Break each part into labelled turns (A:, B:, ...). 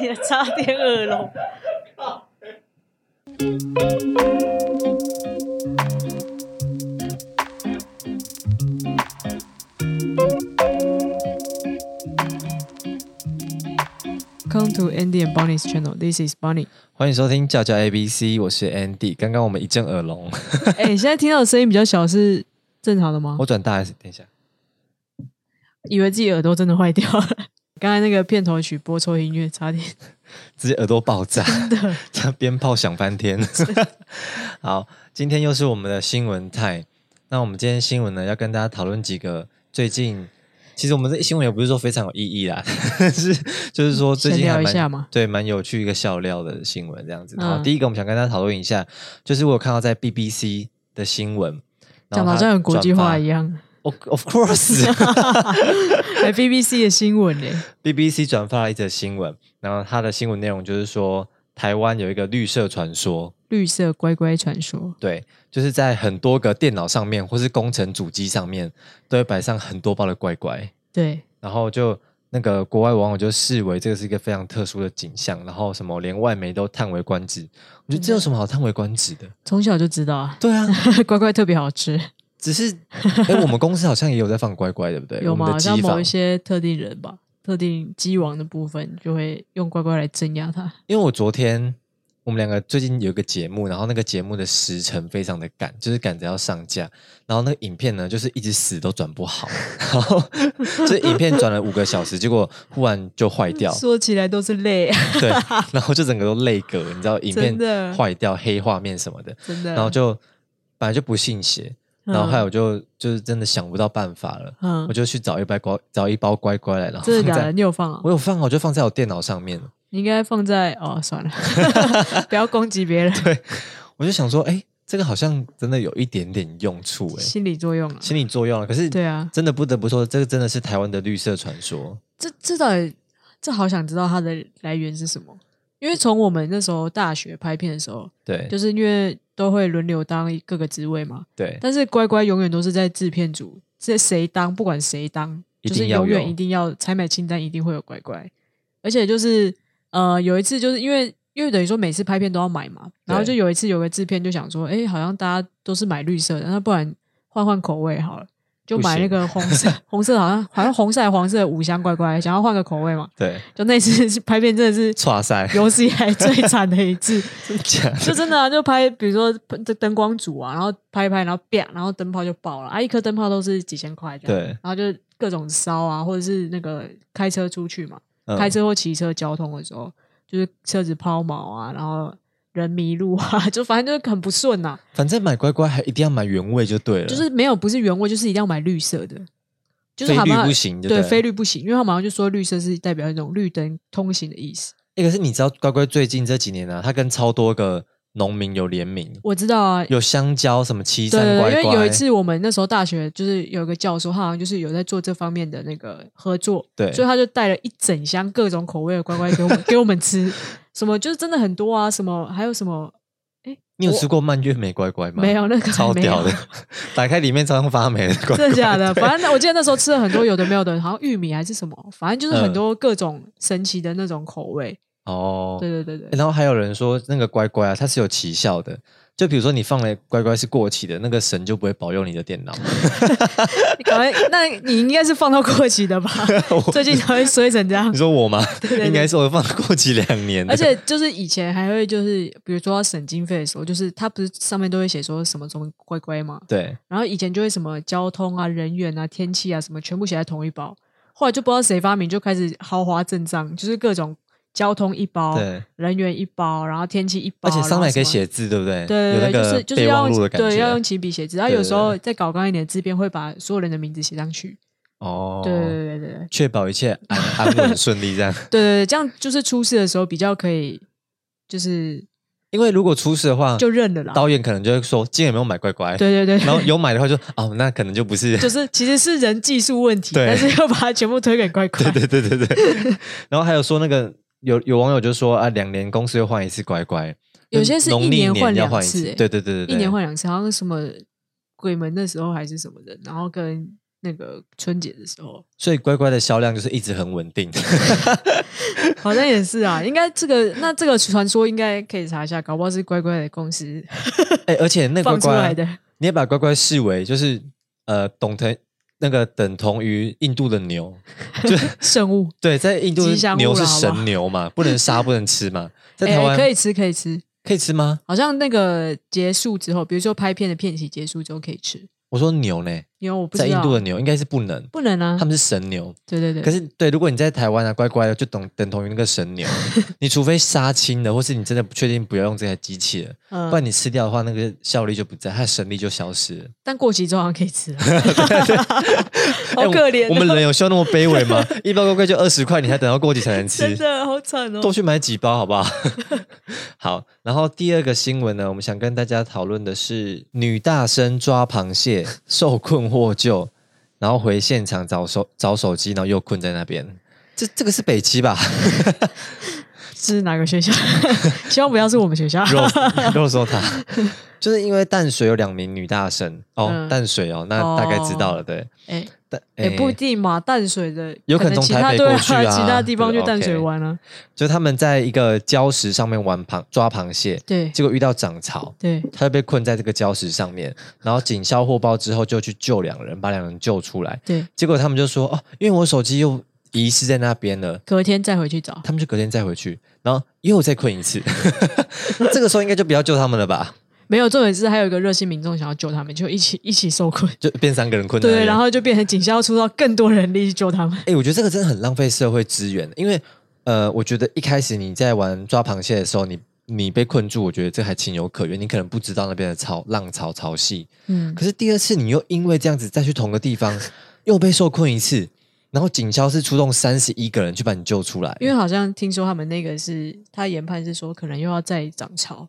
A: 也差点耳聋。
B: Come to Andy and Bonnie's channel. This is Bonnie.
C: 欢迎收听教教 ABC，我是 Andy。刚刚我们一阵耳聋，
B: 哎、你现在听到的声音比较小是正常的吗
C: 我？转大 S，等一下，
B: 以为自己耳朵真的坏掉了。 刚才那个片头曲播错音乐，差点。
C: 直接耳朵爆炸，
B: 的
C: 这鞭炮响翻天。 好，今天又是我们的新闻态。那我们今天新闻呢，要跟大家讨论几个最近，其实我们这新闻也不是说非常有意义啦， 但是就是说最
B: 嗯
C: 近
B: 闲聊
C: 还
B: 一下
C: 蛮
B: 嘛
C: 对蛮有趣一个笑料的新闻这样子。
B: 嗯
C: 然后第一个我们想跟大家讨论一下，就是我有看到在 BBC 的新闻，然
B: 讲到
C: 后它
B: 像很国际化一
C: 样。
B: 样，哎
C: Of of course，
B: 还 BBC 的新闻哎呢、
C: BBC 转发了一则新闻，然后它的新闻内容就是说，台湾有一个绿色传说，
B: 绿色乖乖传说。
C: 对，就是在很多个电脑上面或是工程主机上面都会摆上很多包的乖乖，
B: 对，
C: 然后就那个国外网友就视为这个是一个非常特殊的景象，然后什么连外媒都叹为观止，我觉得这有什么好叹为观止的？
B: 从小就知道啊，
C: 对啊，
B: 乖乖特别好吃，
C: 只是哎，我们公司好像也有在放乖乖，对不对？
B: 有
C: 我
B: 吗？
C: 们
B: 好
C: 的
B: 像
C: 机
B: 某
C: 房
B: 一，些特定人吧，特定鸡王的部分就会用乖乖来镇压它。
C: 因为我昨天我们两个最近有一个节目，然后那个节目的时程非常的赶，就是赶着要上架，然后那个影片呢就是一直死都转 不好，然后所以影片转了五个小时，结果忽然就坏掉，
B: 说起来都是泪啊，
C: 对，然后就整个都泪格，你知道影
B: 真的
C: 片坏掉黑画面什么的，
B: 真的。
C: 然后就本来就不信邪，
B: 嗯，
C: 然后还有就就是真的想不到办法了，
B: 嗯
C: 我，就去找一包乖找一包乖乖来，然后
B: 真的
C: 放
B: 假的？
C: 在
B: 你有放啊？
C: 我有放，我就放在我电脑上面。
B: 你应该放在哦， 算了，不要攻击别人，
C: 我就想说，哎、这个好像真的有一点点用处、哎，
B: 心理作用了。啊
C: 心理作用了。可是，
B: 对啊，
C: 真的不得不说，这个真的是台湾的绿色传说。
B: 这这到底这好想知道它的来源是什么？因为从我们那时候大学拍片的时候，
C: 对
B: 就是因为都会轮流当各个职位嘛，
C: 对
B: 但是乖乖永远都是在制片组，这谁当不管谁当，
C: 一
B: 就是
C: 定要
B: 永远
C: 有
B: 一定要采买清单一定会有乖乖，而且就是呃有一次就是因为因为等于说每次拍片都要买嘛，然后就
C: 对
B: 有一次有个制片就想说，哎，好像大家都是买绿色的，那不然换换口味好了。就
C: 不
B: 买那
C: 行
B: 个红色，红色好像好像红色还黄色的五香乖乖，想要换个口味嘛。
C: 对，
B: 就那次是拍片真的是
C: 哇塞，
B: 有史以来最惨的一次，
C: 真假
B: 就
C: 的？
B: 真的、啊、就拍，比如说喷这灯光组啊，然后拍一拍，然后啪，然后灯泡就爆了啊！一颗灯泡都是几千块这样，
C: 对，
B: 然后就各种烧啊，或者是那个开车出去嘛，
C: 嗯
B: 开车或骑车交通的时候，就是车子抛锚啊，然后人迷路啊， 就反正就是很不顺呐、
C: 反正买乖乖还一定要买原味就对了，
B: 就是没有不是原味，就是一定要买绿色的，就是
C: 非
B: 好
C: 绿
B: 像
C: 不行就
B: 对
C: 对
B: 非绿不行，因为他马上就说绿色是代表一种绿灯通行的意思。
C: 诶可是你知道乖乖最近这几年呢、啊，它跟超多个农民有联名，
B: 我知道啊，
C: 有香蕉什么七
B: 对
C: 三
B: 对
C: 乖
B: 对，
C: 乖，
B: 因为有一次我们那时候大学就是有一个教授，他好像就是有在做这方面的那个合作，
C: 对
B: 所以他就带了一整箱各种口味的乖乖给我们给我们吃， 什么就是真的很多啊，什么还有什么
C: 你有吃过蔓越莓乖乖吗？
B: 没有那个还
C: 超
B: 没
C: 屌
B: 有，
C: 的，打开里面常常发霉的乖 乖，
B: 真的假的？反正我记得那时候吃了很多有的没有的，好像玉米还是什么，反正就是
C: 嗯
B: 很多各种神奇的那种口味。
C: 哦，
B: 对对对 对，
C: 然后还有人说那个乖乖啊，它是有奇效的。就比如说你放了乖乖是过期的，那个神就不会保佑你的电 脑。
B: 可能那你应该是放到过期的 吧？最近才会衰成这样
C: 你。说我吗？
B: 对对
C: 应该是我放过期两年的。
B: 而 且就是以前还会就是，比如说要省经费的时候，就是它不是上面都会写说什么什么乖乖嘛，
C: 对，
B: 然后以前就会什么交通啊、人员啊、天气啊什么全部写在同一包，后来就不知道谁发明就开始豪华阵仗，就是各种交通一包，
C: 对
B: 人员一包，然后天气一包，
C: 而且上
B: 然后
C: 面也可以
B: 什么。
C: 写字，对不对？
B: 对对
C: 有那
B: 对，就
C: 个
B: 是就是
C: 备
B: 要
C: 忘录
B: 用
C: 的感觉。
B: 对要用起笔写字，然后
C: 对
B: 有
C: 对
B: 时候
C: 对
B: 再搞刚一点的字边会把所有人的名字写上去。
C: 哦，
B: 对对对对对对
C: 确保一切安 安稳顺利这样。
B: 对对，这样就是出事的时候比较可以，就是
C: 因为如果出事的话，
B: 就认了啦。
C: 嗯导演可能就会说今天有没有买乖乖？
B: 对对对，
C: 然后有买的话就哦，那可能就不是。
B: 就是其实是人技术问题，
C: 对
B: 但是又把它全部推给乖乖。
C: 对对对对对。然后还有说那个有有网友就说啊，两年公司又换一次乖乖，
B: 有些是
C: 农
B: 一
C: 历
B: 年换
C: 要
B: 两
C: 换一
B: 次欸
C: 对对对对对，
B: 一年换两次，好像什么鬼门的时候还是什么的，然后跟那个春节的时候，
C: 所以乖乖的销量就是一直很稳定。
B: 好像也是 啊，应该这个那这个传说应该可以查一下，搞不好是乖乖的公司
C: 哎、而且那个
B: 放出
C: 乖
B: 来
C: 乖，
B: 的。
C: 你也把乖乖视为就是呃，懂得那个等同于印度的牛， 就
B: 圣物。
C: 对，在印度
B: 吉祥物
C: 牛是
B: 啦好不好
C: 神牛嘛，不能杀，不能吃 嘛，在
B: 哎、
C: 台湾、
B: 可以吃，可以吃。
C: 可以吃吗？
B: 好像那个结束之后，比如说拍片的片期结束之后可以吃，
C: 我说牛呢，
B: 因为我不知
C: 在
B: 道
C: 印度的牛应该是不能，
B: 不能啊
C: 他。们是神牛。
B: 对对对，
C: 可是对，如果你在台湾啊，乖乖的就等等同于那个 神牛，你除非杀青了，或是你真的不确定不要用这台机器了，
B: 嗯
C: 不然你吃掉的话，那个效力就不在，它的神力就消失了。
B: 但过期之后好像可以 吃啊，
C: 哎
B: 好
C: 我
B: 可怜、哦
C: 哎我们 人有需要那么卑微吗？一包乖乖就二十块，你还等到过期才能吃
B: 真？的好惨
C: 多
B: 哦。
C: 去买几包好 不好？好，然后第二个新闻呢，我们想跟大家讨论的是女大生抓螃蟹受困获救， 然后回现场找手找手机，然后又困在那边。这这个是北七 吧？
B: 这是哪个学校？ 希望不要是我们学校。
C: 肉肉搜他，就是因为淡水有两名女大生哦，
B: 嗯
C: 淡水哦，那大概知道了，对，
B: 哎，
C: 但
B: 也不一
C: 诶
B: 定嘛，淡水的
C: 有可
B: 可
C: 能从
B: 其
C: 台
B: 他
C: 北
B: 对
C: 过去啊
B: 其他地方
C: 对
B: 去淡水
C: OK
B: 玩啊。
C: 就是他们在一个礁石上面玩螃抓螃蟹，
B: 对
C: 结果遇到涨潮，
B: 对，
C: 他就被困在这个礁石上面，然后警消获报之后就去救两人，把两人救出来。
B: 对，
C: 结果他们就说：“哦，因为我手机又遗失在那边了。
B: 隔天再回去”找。
C: 他们就隔天再回去，然后又再困一次。 这个时候应该就不要救他们了吧？
B: 没有，重点是还有一个热心民众想要救他们，就一起一起受困。
C: 就变三个人困在那
B: 对，
C: 里。
B: 然后就变成警校出动更多人力去救他们。
C: 哎、我觉得这个真的很浪费社会资源，因为呃，我觉得一开始你在玩抓螃蟹的时候，你你被困住，我觉得这还情有可原，你可能不知道那边的潮浪潮潮汐。
B: 嗯，
C: 可是第二次你又因为这样子再去同个地方，又被受困一次，然后警消是出动三十一个人去把你救出来，
B: 因为好像听说他们那个是他研判是说，可能又要再涨潮，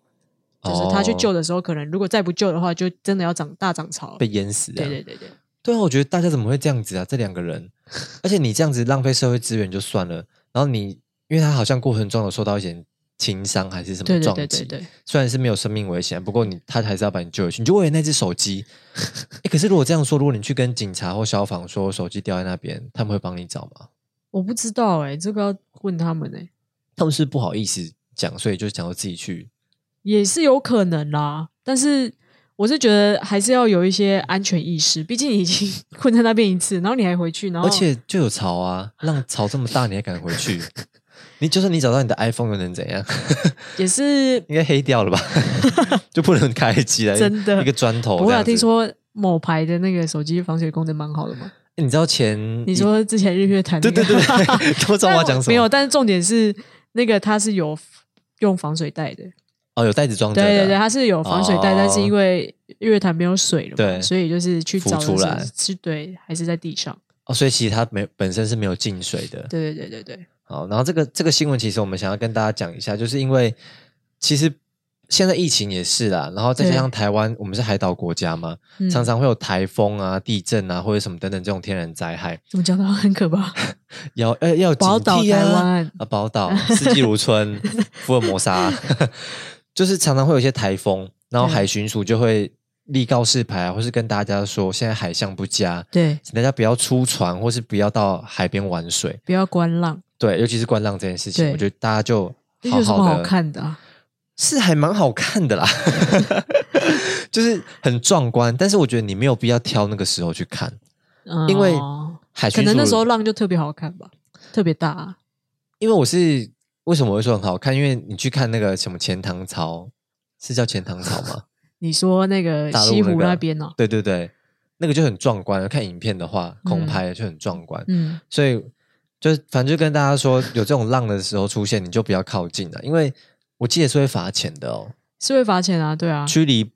B: 就是
C: 哦
B: 他去救的时候，可能如果再不救的话，就真的要涨大涨潮。
C: 被淹死、啊。
B: 对对对对，
C: 对啊，我觉得大家怎么会这样子啊？这两个人， 而且你这样子浪费社会资源就算了，然后你因为他好像过程中有受到一点情伤还是什
B: 对
C: 么
B: 对
C: 撞
B: 对
C: 击
B: 对，对，
C: 虽然是没有生命危险，不过你他还是要把你救回去。你就为了那只手机， 哎，可是如果这样说，如果你去跟警察或消防说手机掉在那边，他们会帮你找吗？
B: 我不知道哎、这个要问他们哎、
C: 他们是不好意思讲，所以就想要自己去。
B: 也是有可能啦。但是我是觉得还是要有一些安全意识，毕竟你已经 困在那边一次，然后你还回去，然后
C: 而且就有潮啊，浪潮这么大，你还敢回去？ 你就算你找到你的 iPhone 又能怎样？
B: 也是
C: 应该黑掉了 吧？就不能开机了，
B: 真的
C: 一个砖头
B: 不
C: 这
B: 会
C: 样
B: 啊。
C: 子。
B: 听说某牌的那个手机防水功能蛮好的嘛。
C: 诶你知道前
B: 你说之前日月潭、那
C: 对
B: 个
C: 对对， 对 都知道我要讲什么。
B: 没有，但是重点是那个它是有用防水袋的，
C: 哦，有袋子装着
B: 对
C: 的，
B: 对对，它是有防水袋，
C: 哦
B: 但是因为日月潭没有水了嘛，
C: 对
B: 所以就是去
C: 浮
B: 找的
C: 出
B: 时候
C: 来
B: 是对，还是在地上，
C: 哦，所以其实它没本身是没有进水的。
B: 对对对对对，
C: 好，然后这个这个新闻，其实我们想要跟大家讲一下，就是因为其实现在疫情也是啦，然后再加上台湾，我们是海岛国家嘛，
B: 嗯
C: 常常会有台风啊、地震啊，或者什么等等这种天然灾害，
B: 怎么讲到很可 怕，
C: 要呃要有警
B: 宝岛
C: 惕
B: 台
C: 啊。
B: 湾，
C: 啊，宝岛、四季如 春、福尔摩沙， 就是常常会有一些台风，然后
B: 对
C: 海巡署就会立告示牌啊，或是跟大家说现在海象不佳，
B: 对，
C: 请大家不要出船，或是不要到海边玩水。
B: 不要观浪，
C: 对，尤其是观浪这件事情，
B: 对
C: 我觉得大家就
B: 这
C: 好
B: 有什
C: 好
B: 么
C: 的
B: 好看的啊？
C: 是还蛮好看的啦， 就是很壮观。但是我觉得你没有必要挑那个时候去看，
B: 嗯
C: 因为海
B: 可
C: 巡署
B: 能那时候浪就特别好看吧，特别大啊，
C: 因为我是为什么我会说很好看？因为你去看那个什么钱塘潮，是叫钱塘潮 吗？
B: 你说那个
C: 大陆
B: 西
C: 那
B: 湖
C: 个
B: 那边哦，
C: 对对对，那个就很壮观。看影片的话，空拍就很壮观。
B: 嗯，
C: 所以就反正就跟大家说，有这种浪的时候出现，你就不要靠近了，因为我记得是会罚钱的哦，
B: 是会罚钱啊，对啊，
C: 驱离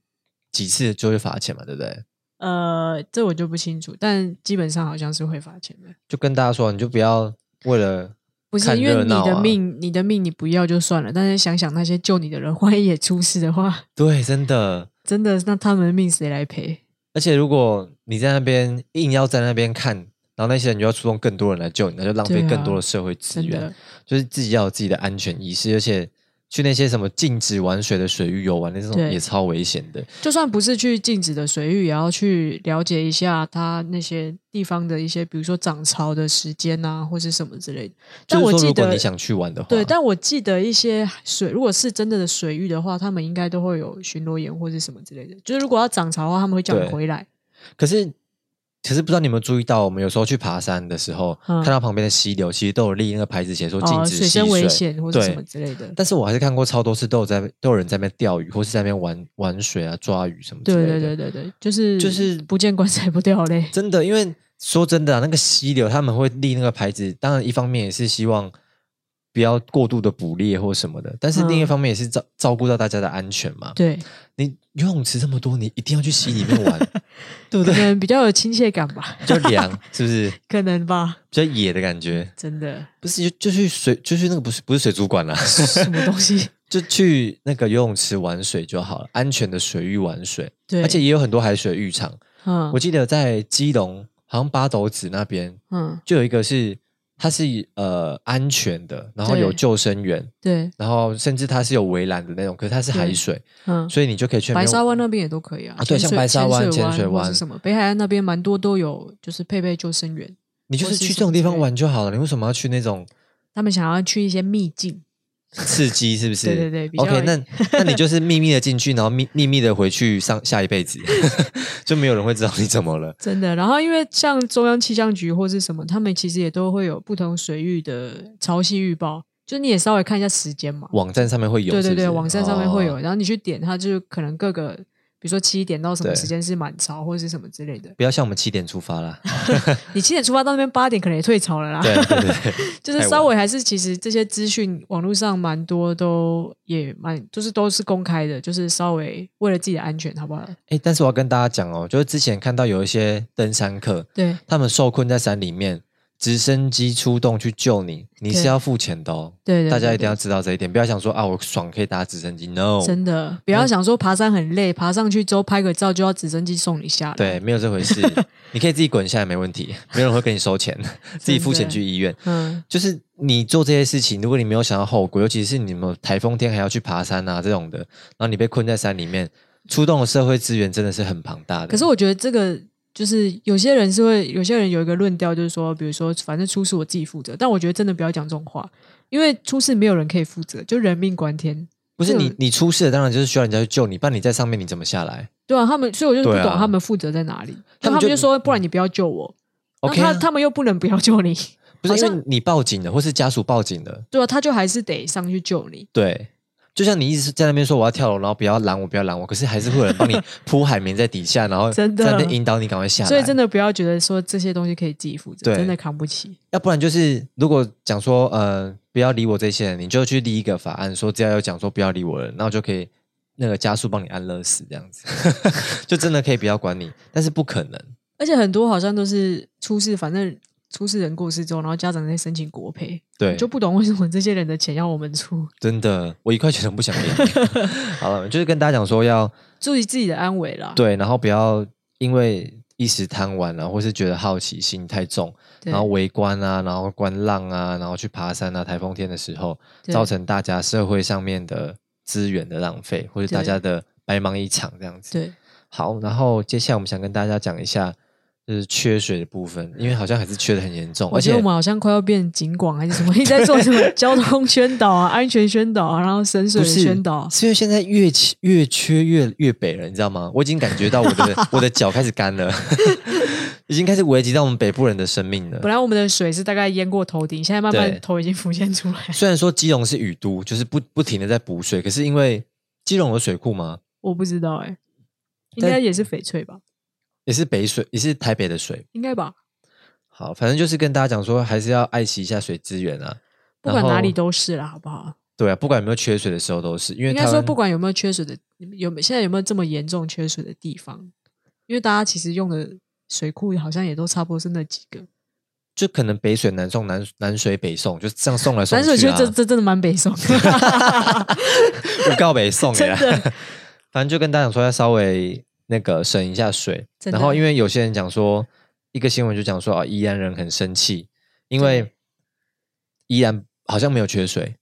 C: 几次就会罚钱嘛，对不对？
B: 呃，这我就不清楚，但基本上好像是会罚钱的。
C: 就跟大家说，你就不要为了
B: 不是
C: 看
B: 因为
C: 热
B: 你
C: 闹
B: 的
C: 啊
B: 命，你的命你不要就算了，但是想想那些救你的人， 万一也出事的话，
C: 对，真的。
B: 真的那他们的命谁来赔？
C: 而且如果你在那边硬要在那边看，然后那些人就要出动更多人来救你，那就浪费
B: 对啊
C: 更多的社会资
B: 真
C: 源。
B: 的，
C: 就是自己要有自己的安全意识，而且去那些什么禁止玩水的水域游玩，那种
B: 对
C: 也超危险的。
B: 就算不是去禁止的水域，也要去了解一下它那些地方的一些，比如说涨潮的时间啊，或是什么之类的。但
C: 就
B: 我
C: 是说，
B: 记
C: 如果
B: 得
C: 你，想去玩的话，
B: 对，但我记得一些水，如果是真的的水域的话，他们应该都会有巡逻员或是什么之类的。就是如果要涨潮的话，他们会叫你
C: 对
B: 回来。
C: 可是可是不知道你有没有注意到，我们有时候去爬山的时候，
B: 嗯
C: 看到旁边的溪流，其实都有立那个牌子写说禁
B: 哦，
C: 止
B: 水
C: 溪
B: 深危
C: 水
B: 险或者
C: 对
B: 什么之类的。
C: 但是我还是看过超多次都有在都有人在那边钓鱼，或是在那边玩玩水啊、抓鱼什么之类
B: 对
C: 的。
B: 对对对对，就是
C: 就是
B: 不见棺材不掉泪。
C: 真的，因为说真的啊，那个溪流他们会立那个牌子，当然一方面也是希望不要过度的捕猎或什么的，但是另一
B: 嗯
C: 方面也是照照顾到大家的安全嘛。
B: 对，
C: 你游泳池这么多，你一定要去溪里面 玩，对不
B: 可
C: 对？
B: 能比较有亲切感吧，
C: 比较凉，是不是？
B: 可能吧，
C: 比较野的感觉，
B: 真 的
C: 不是就就去水就去那个不是不是水族馆啦、
B: 什么东西？
C: 就去那个游泳池玩水就好了，安全的水域玩水，
B: 对，
C: 而且也有很多海水浴场。
B: 嗯
C: 我记得在基隆，好像八斗子那边
B: 嗯，
C: 就有一个是，它是呃安全的，然后有
B: 对
C: 救生员，
B: 对，
C: 然后甚至它是有围栏的那种，可是它是海
B: 对
C: 水，
B: 嗯，
C: 所以你就可以去那
B: 白
C: 边
B: 沙湾那边也都可以啊，
C: 啊对
B: 潜
C: 像
B: 水
C: 白沙湾
B: 潜
C: 潜水
B: 水或
C: 湾
B: 是什么，北海岸那边蛮多都有，就是配备救生员，
C: 你就
B: 或
C: 是
B: 是
C: 去
B: 什
C: 这种
B: 么
C: 地
B: 之
C: 方
B: 类
C: 玩就好了，你为什么要去那种
B: 他们想要去一些秘境，
C: 刺激？是不是？
B: 对对对比
C: OK，
B: 较
C: 那 那你就是秘密的进去，然后秘秘密的回去上下一辈子， 就没有人会知道你怎么了。
B: 真的。然后因为像中央气象局或是什么，他们其实也都会有不同水域的潮汐预报，就你也稍微看一下时间嘛。
C: 网站上面会有，
B: 对对
C: 是不
B: 对，
C: 是
B: 网站上面会有，
C: 哦
B: 然后你去点它，就是可能各个，比如说七点到什么
C: 对
B: 时间是满潮或者是什么之类的。
C: 不要像我们七点出 发啦，
B: 你七点出发到那边八点可能也退潮了啦。
C: 对对对，
B: 就是
C: 太晚
B: 稍微还是其实这些资讯网络上蛮多都也蛮就是都是公开的，就是稍微为了自己的安全，好不好？
C: 哎，但是我要跟大家讲哦，就是之前看到有一些登山客，
B: 对，
C: 他们受困在山里面，直升机出动去救你，你是
B: 对
C: 要付钱的哦。
B: 对对
C: 大家
B: 对
C: 一定要
B: 对
C: 知道这一点，不要想说啊，我爽可以搭直升机，no，
B: 真
C: 嗯
B: 的不要想说爬山很累，爬上去之后拍个照就要直升机送你下来。
C: 对，，没有这回 事，你可以自己滚下来没问题，没有人会跟你收钱，自己付钱去医院。
B: 嗯，
C: 就是你做这些事情，如果你没有想到后果，尤其是你们台风天还要去爬山啊这种的，然后你被困在山里面，出动的社会资源真的是很庞大的。
B: 可是我觉得这个。就是有些人是会，有些人有一个论调，就是说，比如说，反正出事我自己负责。但我觉得真的不要讲这种话，因为出事没有人可以负责，就人命关天。
C: 不是
B: 这
C: 你
B: 种，
C: 你出事了，当然就是需要人家去救你，不然你在上面你怎么下来
B: 对啊，他们，所以我就不
C: 对啊
B: 懂他们负责在哪里。他
C: 他
B: 们
C: 们就
B: 就说，不然你不要救我。那
C: ？OK，、
B: 他
C: 啊、
B: 他们又不能不要救你，
C: 不是
B: 好像
C: 因为你报警了，或是家属报警了，
B: 对啊，他就还是得上去救你。
C: 对。就像你一直在那边说我要跳楼，然后不要拦我，不要拦我，可是还是会有人帮你 铺海绵在底下，然后在
B: 真的
C: 那边引导你赶快下来。
B: 所以真的不要觉得说这些东西可以自己负责，
C: 对
B: 真的扛不起。
C: 要不然就是如果讲说呃不要理我这些人，你就去立一个法案，说只要有讲说不要理我的人，那我就可以那个加速帮你安乐死这样 子，就真的可以不要管你，但是不可能。
B: 而且很多好像都是出事，反正出事人过世之后，然后家长在申请国赔，
C: 对，
B: 就不懂为什么这些人的钱要我们出，
C: 真的，我一块钱都不想给你。 好了，就是跟大家讲说要
B: 注意自己的安危啦。
C: 对，然后不要因为一时贪玩啊，或是觉得好奇心太重，
B: 对，
C: 然后围观啊，然后观浪啊，然后去爬山啊，台风天的时候，
B: 对
C: 造成大家社会上面的资源的浪费，或者大
B: 对
C: 家的白忙一场这样子。
B: 对
C: 好，然后接下来我们想跟大家讲一下，就是缺水的部分，因为好像还是缺的很严重，
B: 我
C: 而
B: 觉得
C: 且
B: 我们好像快要变景广还是什么，一直在做什么交通宣导啊、安全宣导啊，然后神水
C: 不
B: 的
C: 是
B: 宣导啊，
C: 是因为现在越缺越缺越越北了，你知道吗？我已经感觉到 我的我的脚开始干了， 已经开始危及到我们北部人的生命了
B: 本。来我们的水是大概淹过头顶，现在慢
C: 对
B: 慢头已经浮现出来。
C: 虽然说基隆是雨都，就是不不停的在补水，可是因为基隆有水库吗？
B: 我不知道哎、应
C: 但
B: 该也是翡翠吧？
C: 也是北水，也是台北的水。
B: 应该吧？
C: 好，反正就是跟大家讲说，还是要爱惜一下水资源啊。
B: 不管
C: 然后
B: 哪里都是啦，好不好？
C: 对啊，不管有没有缺水的时候都是，因为
B: 应该
C: 台
B: 说
C: 湾
B: 不管有没有缺水的，有没现在有没有这么严重缺水的地方？因为大家其实用的水库好像也都差不多是那几个，
C: 就可能北水南送，南南水北送，就这样送来送
B: 但是我
C: 去
B: 觉
C: 啊
B: 得。这这真的蛮北宋的，
C: 我告北 送
B: 真
C: 呀，
B: 的
C: 反正就跟大家讲说要稍微那个省一下水，
B: 真的
C: 然后因为有些人讲说一个新闻就讲说啊，宜兰人很生气，因为
B: 对
C: 宜兰好像没有缺水，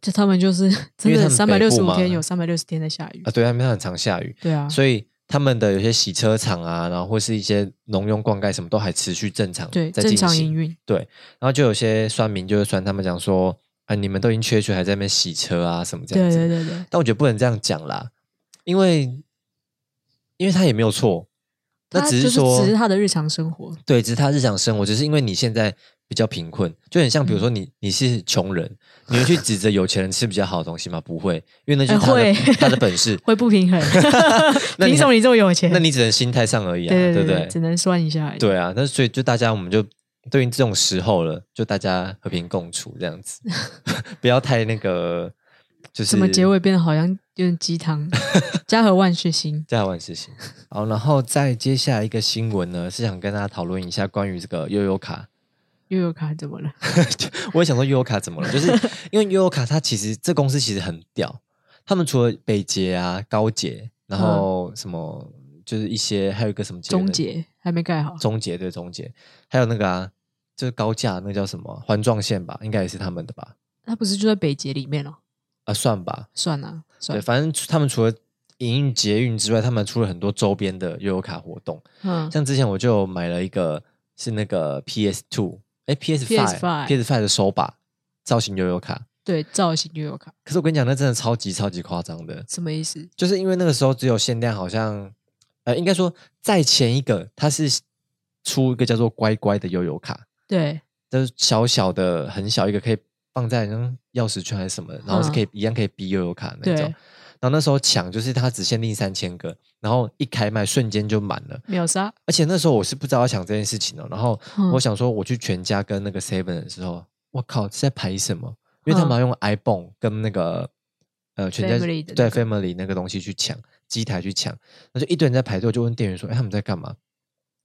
B: 就他们就是真
C: 因为他
B: 的
C: 们
B: 三百六
C: 北
B: 十
C: 部
B: 五
C: 嘛
B: 天有三百六十天在下雨
C: 啊，。对，他们很常下雨，
B: 对啊，
C: 所以他们的有些洗车场啊，然后或是一些农用灌溉什么都还持续正常
B: 对
C: 在
B: 正
C: 进
B: 常
C: 行
B: 营，运，
C: 然后就有些酸民就是酸他们讲说啊，你们都已经缺水，还在那边洗车啊什么这
B: 对
C: 样子。
B: 对对对，
C: 但我觉得不能这样讲啦，因为因为他也没有错，那
B: 他
C: 只
B: 就是
C: 说
B: 只是他的日常生活，
C: 对，只是他日常生活，只是因为你现在比较贫困，就很像比如
B: 嗯
C: 说你、你是穷人，你会去指责有钱人吃比较好的东西吗？不会，因为那就是他的、
B: 哎会
C: 他的本事。
B: 会不 平衡。
C: 那你
B: 凭什么你这么有钱？
C: 那你只能心态上而已啊，
B: 对对
C: 不对？
B: 只能算一下而已。
C: 对啊，那所以就大家我们就对于这种时候了，就大家和平共处这样 子，不要太那个就是
B: 怎么结尾变得好像有点鸡 汤？家和万事兴。
C: 这样玩事 情。好，然后再接下来一个新闻呢，是想跟大家讨论一下关于这个悠悠卡。
B: 悠悠卡怎么了？
C: 我也想说悠悠卡怎么了，就是因为悠悠卡它其实这公司其实很屌，他们除了北捷啊、高捷，
B: 嗯
C: 然后什么、就是一些还有一个什么捷的
B: 终结还没盖好。
C: 中捷对中捷，还有那个啊，就是高架那个叫什么环状线吧，应该也是他们的吧？
B: 它不是就在北捷里面哦？
C: 啊，算吧，
B: 算了算
C: 对，
B: 了，
C: 反正他们除了营运捷运之外，他们出了很多周边的悠游卡活动，
B: 嗯，
C: 像之前我就买了一个是那个 PS Two，哎 PS
B: PS5
C: PS Five 的手把造型悠游卡，
B: 对，造型悠悠卡
C: 可是我跟你讲，那真的超级超级夸张的，
B: 什么意思？
C: 就是因为那个时候只有限量，好像呃，应该说在前一个它是出一个叫做乖乖的悠游卡，
B: 对，
C: 就是小小的、很小一个，可以放在那种钥匙圈还是什么的，然后是可以、一样可以逼悠悠卡那
B: 嗯对
C: 种。然后那时候抢就是它只限定三千个，然后一开卖瞬间就满了。
B: 秒杀。
C: 而且那时候我是不知道要抢这件事情哦，然后
B: 嗯
C: 我想说我去全家跟那个 Seven 的时候，我靠是在排什么？因为他
B: 嗯
C: 们要用 iPhone 跟那个呃全家
B: Family 的那个
C: 对 Family 那个东西去抢机台去抢，那就一堆人在排队，我就问店员说：“哎，他们在干嘛？”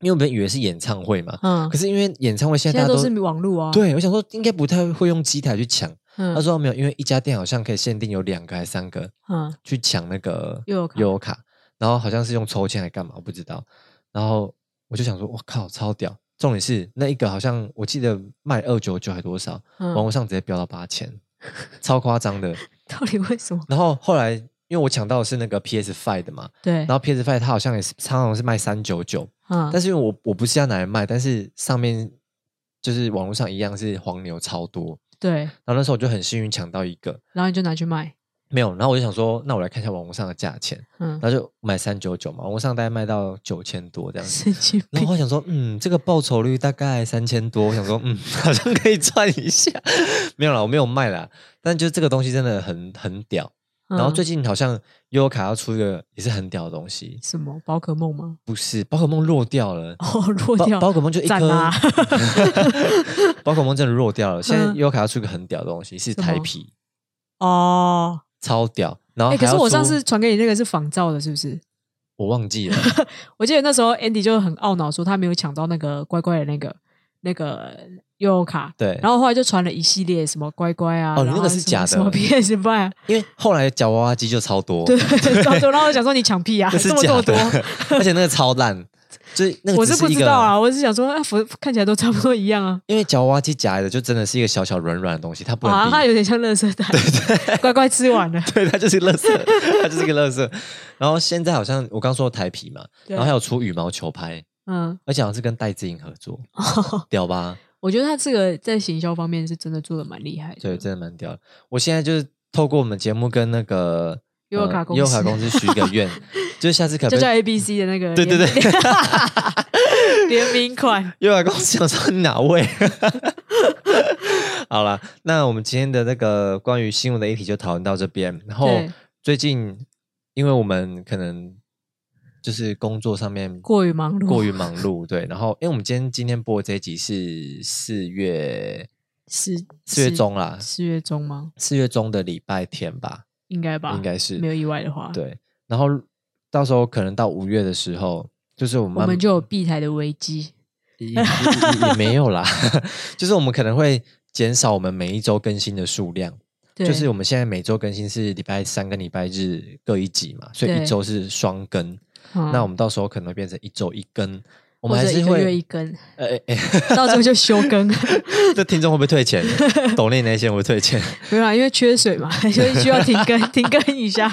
C: 因为我们以为是演唱会嘛，
B: 嗯
C: 可，是因为演唱会现
B: 现
C: 在
B: 在
C: 大家
B: 都是网络啊。，
C: 对，我想说应该不太会用机台去抢。
B: 嗯
C: 他说没有，因为一家店好像可以限定有两个还是三个
B: 嗯，
C: 去抢那个
B: 悠游卡
C: 悠游卡，然后好像是用抽签还干嘛，我不知道。然后我就想说，我靠，超屌！重点是那一个好像我记得卖二九九还多少，
B: 嗯
C: 网络上直接飙到八千，超夸张的。
B: 到底为什么？
C: 然后后来因为我抢到的是那个 PS Five 的嘛，
B: 对
C: 然，后 PS Five 它好像也是，它好像是卖三九九，
B: 嗯，
C: 但是因为我我不是要拿来卖，但是上面就是网络上一样是黄牛超多，
B: 对，
C: 然后那时候我就很幸运抢到一个，
B: 然后你就拿去卖。
C: 没有，然后我就想说，那我来看一下网络上的价钱，
B: 嗯
C: 然，后就买三九九嘛，网络上大概卖到九千多这样子。
B: 神经
C: 然
B: 病
C: 后。我想说，嗯，这个报酬率大概三千多，我想说，嗯， 好像可以赚一下。没有啦，我没有卖啦，但就这个东西真的很很屌。然后
B: 嗯
C: 最近好像悠游卡要出一个也是很屌的东西，
B: 什么宝可梦吗？
C: 不是宝可梦弱掉了，
B: 哦，落
C: 宝
B: 掉。
C: 宝可梦就一
B: 赞
C: 颗
B: 啊，
C: 宝可梦真的弱掉了。现在
B: 嗯
C: 优卡要出一个很屌的东西，是
B: 什么
C: 台皮，
B: 哦，
C: 超屌。啊然后
B: 哎，
C: 还
B: 可
C: 要
B: 是
C: 出、
B: 我上次传给你那个是仿造的，是不是？
C: 我忘记了，
B: 我记得那时候 Andy 就很懊恼，说他没有抢到那个乖乖的那个那个悠悠卡，
C: 对，
B: 然后后来就传了一系列什么乖乖啊，
C: 哦你
B: 然后
C: 那个是
B: 什么
C: 假的
B: 什么 PS f 啊，
C: 因为后来夹娃娃机就超多，
B: 对，然后然后我想说你抢屁啊，
C: 那是
B: 这么这
C: 假
B: 么多
C: 的，而且那个超烂，就是那个
B: 我
C: 只
B: 是
C: 是
B: 不
C: 一
B: 知
C: 个
B: 道啊，我是想说，啊，服看起来都差不多一样啊，
C: 因为夹娃娃机夹的就真的是一个小小软软的东西，它不能
B: 啊，
C: 比
B: 它有点像垃圾袋，乖乖吃完了，
C: 对，它就是垃圾， 它就是一个垃圾。然后现在好像我刚说台皮嘛，
B: 对
C: 然后还有出羽毛球拍，
B: 嗯，
C: 而且好像是跟戴志颖合 作，屌吧？
B: 我觉得他这个在行销方面是真的做的蛮厉害的，
C: 对，真的蛮屌的。我现在就是透过我们节目跟那个
B: 悠游卡公
C: 悠游
B: 司
C: 卡公司许一个 愿，就是下次可不
B: 就叫
C: 可以？
B: A B C 的那个
C: 对对
B: 联
C: 对，
B: 联名 款，
C: 悠游卡公司想说你哪位？ 好了，那我们今天的那个关于新闻的议题就讨论到这边。然后
B: 对
C: 最近，因为我们可能就是工作上面
B: 过于忙碌，
C: 过于忙碌，对。然后，因为我们今天今天播的这一集是四月
B: 四
C: 四月中啦，
B: 四月中吗？
C: 四月中的礼拜天吧，
B: 应该吧，
C: 应该是
B: 没有意外的话，，
C: 对，然后到时候可能到五月的时候，就是我们
B: 我
C: 慢
B: 们就有 B 台的危机，
C: 也也也也没有啦， 就是我们可能会减少我们每一周更新的数量。
B: 对
C: 就是我们现在每周更新是礼拜三跟礼拜日各一集嘛，所以一
B: 对
C: 周是双更。
B: 嗯
C: 那我们到时候可能会变成一周一更，我
B: 或
C: 们还
B: 者
C: 是
B: 一个月
C: 会
B: 一根，
C: 呃，哎哎
B: 到最后就休更。
C: 这听众会不会退钱？抖内那些会不会退钱？
B: 没有啊啦，因为缺水嘛，所以需要停更，停更一下。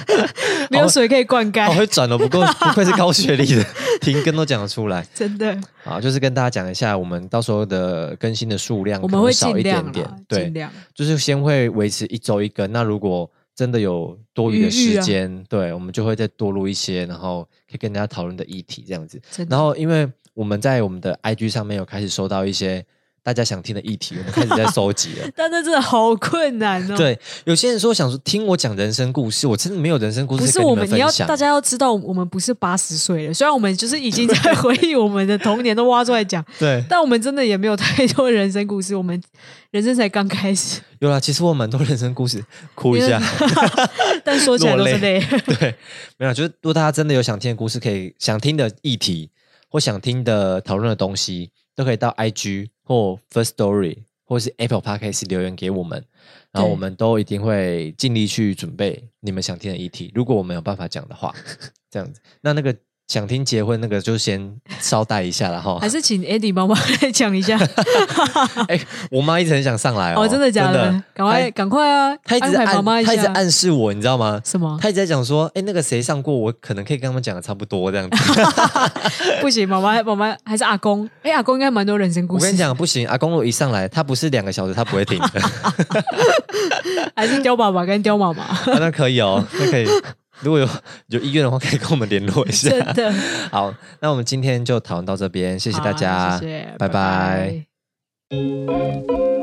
B: 没有水可以灌
C: 我
B: 溉，
C: 哦会转了，哦 不过不愧是高学历的， 停更都讲得出来。
B: 真的，
C: 好，啊就是跟大家讲一下，我们到时候的更新的数量
B: 我
C: 可
B: 们
C: 能
B: 会
C: 少
B: 尽
C: 一
B: 量
C: 点
B: 啦
C: 点，对
B: 尽，量。
C: 就是先会维持一周一更。那如果真的有多余
B: 余
C: 的
B: 裕
C: 时
B: 啊
C: 间，对我们就会再多录一些，然后可以跟大家讨论的议题这样子。
B: 真的。
C: 然后，因为我们在我们的 IG 上面有开始收到一些大家想听的议题，我们开始在收集了
B: 但那真的好困难哦。，
C: 对，有些人说想说听我讲人生故事，我真的没有人生故事
B: 不是
C: 跟
B: 我
C: 们
B: 们，
C: 分
B: 要
C: 享
B: 大。家要知道，我们不是八十岁了，虽然我们就是已经在回忆我们的童年，都挖出来讲，
C: 对，
B: 但我们真的也没有太多人生故事，我们人生才刚开 始。
C: 有啦，其实我蛮多人生故事，哭一下。
B: 但说起来都是累。
C: 对，没有，就是如果大家真的有想听的故事，可以想听的议题或想听的讨论的东西，都可以到 IG 或 First Story 或是 Apple Podcast 留言给我们，然后
B: 对
C: 我们都一定会尽力去准备你们想听的议题。如果我们有办法讲的话，这样子，那那个想听结婚那个就先捎带一下了哈
B: 还。是请 Andy 妈妈来讲一 下
C: 哎、我妈一直很想上来哦，
B: 哦，真的假的？赶快赶快啊！
C: 她她一直
B: 安
C: 在
B: 排妈妈
C: 暗，
B: 一
C: 她一直
B: 下。
C: 暗示我，你知道吗？
B: 什么？
C: 她一直在讲说，哎、那个谁上过，我可能可以跟他们讲的差不多这样子。
B: 不行，妈妈妈妈还是阿公。哎，阿公应该蛮多人生故
C: 我
B: 事。
C: 跟你，讲，不行，阿公路一上来，他不是两个小时，他不会停 的。
B: 还是刁爸爸跟刁妈妈，
C: 啊那可以哦，那可以。如果有有意愿的话，可以跟我们联络一下
B: 真。的。
C: 好，那我们今天就讨论到这边，谢
B: 谢
C: 谢大家，
B: 谢谢，
C: 拜拜
B: 拜